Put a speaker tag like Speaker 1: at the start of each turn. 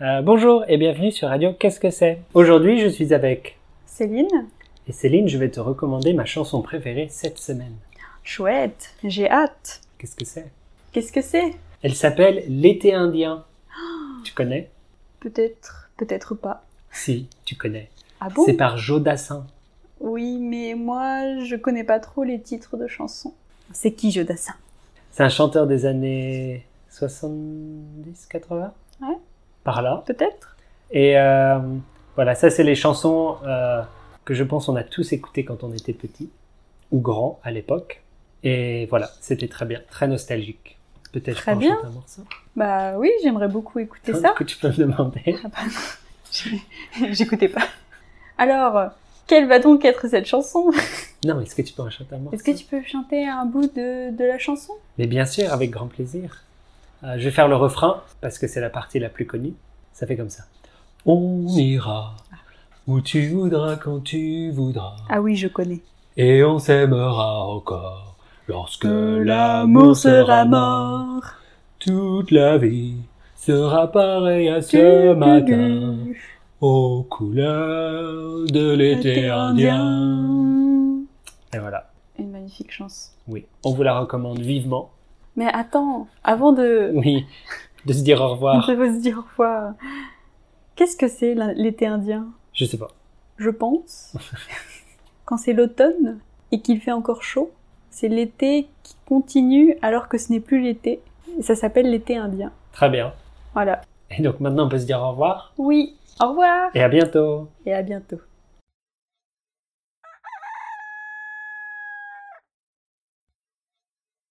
Speaker 1: Euh, bonjour et bienvenue sur Radio Qu'est-ce que c'est Aujourd'hui, je suis avec.
Speaker 2: Céline
Speaker 1: Et Céline, je vais te recommander ma chanson préférée cette semaine.
Speaker 2: Chouette, j'ai hâte.
Speaker 1: Qu'est-ce que c'est
Speaker 2: Qu'est-ce que c'est
Speaker 1: Elle s'appelle L'été indien. Tu connais
Speaker 2: Peut-être, peut-être pas.
Speaker 1: Si, tu connais.
Speaker 2: Ah bon
Speaker 1: C'est par Joe Dassin.
Speaker 2: Oui, mais moi, je connais pas trop les titres de chansons. C'est qui, Joe Dassin
Speaker 1: C'est un chanteur des années 70, 80
Speaker 2: Ouais.
Speaker 1: Par là.
Speaker 2: Peut-être
Speaker 1: Et euh, voilà, ça, c'est les chansons euh, que je pense on a tous écoutées quand on était petit ou grand à l'époque. Et voilà, c'était très bien, très nostalgique. Peut-être
Speaker 2: Très
Speaker 1: qu'on
Speaker 2: bien.
Speaker 1: chante un morceau.
Speaker 2: Bah oui, j'aimerais beaucoup écouter
Speaker 1: Hein,
Speaker 2: ça.
Speaker 1: que tu peux me demander.
Speaker 2: Ah, pardon. J'ai- J'écoutais pas. Alors, quelle va donc être cette chanson
Speaker 1: Non, est-ce que tu peux en chanter un morceau
Speaker 2: Est-ce que tu peux chanter un bout de, de la chanson
Speaker 1: Mais bien sûr, avec grand plaisir. Euh, je vais faire le refrain parce que c'est la partie la plus connue. Ça fait comme ça. On ira où tu voudras quand tu voudras.
Speaker 2: Ah oui, je connais.
Speaker 1: Et on s'aimera encore lorsque
Speaker 2: Mmh. l'amour
Speaker 1: l'amour sera mort. Toute la vie sera pareille à ce matin aux couleurs de l'été indien. Et voilà.
Speaker 2: Une magnifique chance.
Speaker 1: Oui, on vous la recommande vivement.
Speaker 2: Mais attends, avant de,
Speaker 1: Oui, de se dire au revoir.
Speaker 2: de se dire au revoir, qu'est-ce que c'est l'in- l'été indien
Speaker 1: Je sais pas.
Speaker 2: Je pense. Quand c'est l'automne et qu'il fait encore chaud, c'est l'été qui continue alors que ce n'est plus l'été. Et ça s'appelle l'été indien.
Speaker 1: Très bien.
Speaker 2: Voilà.
Speaker 1: Et donc maintenant, on peut se dire au revoir
Speaker 2: Oui, au revoir
Speaker 1: et à bientôt.
Speaker 2: et à bientôt.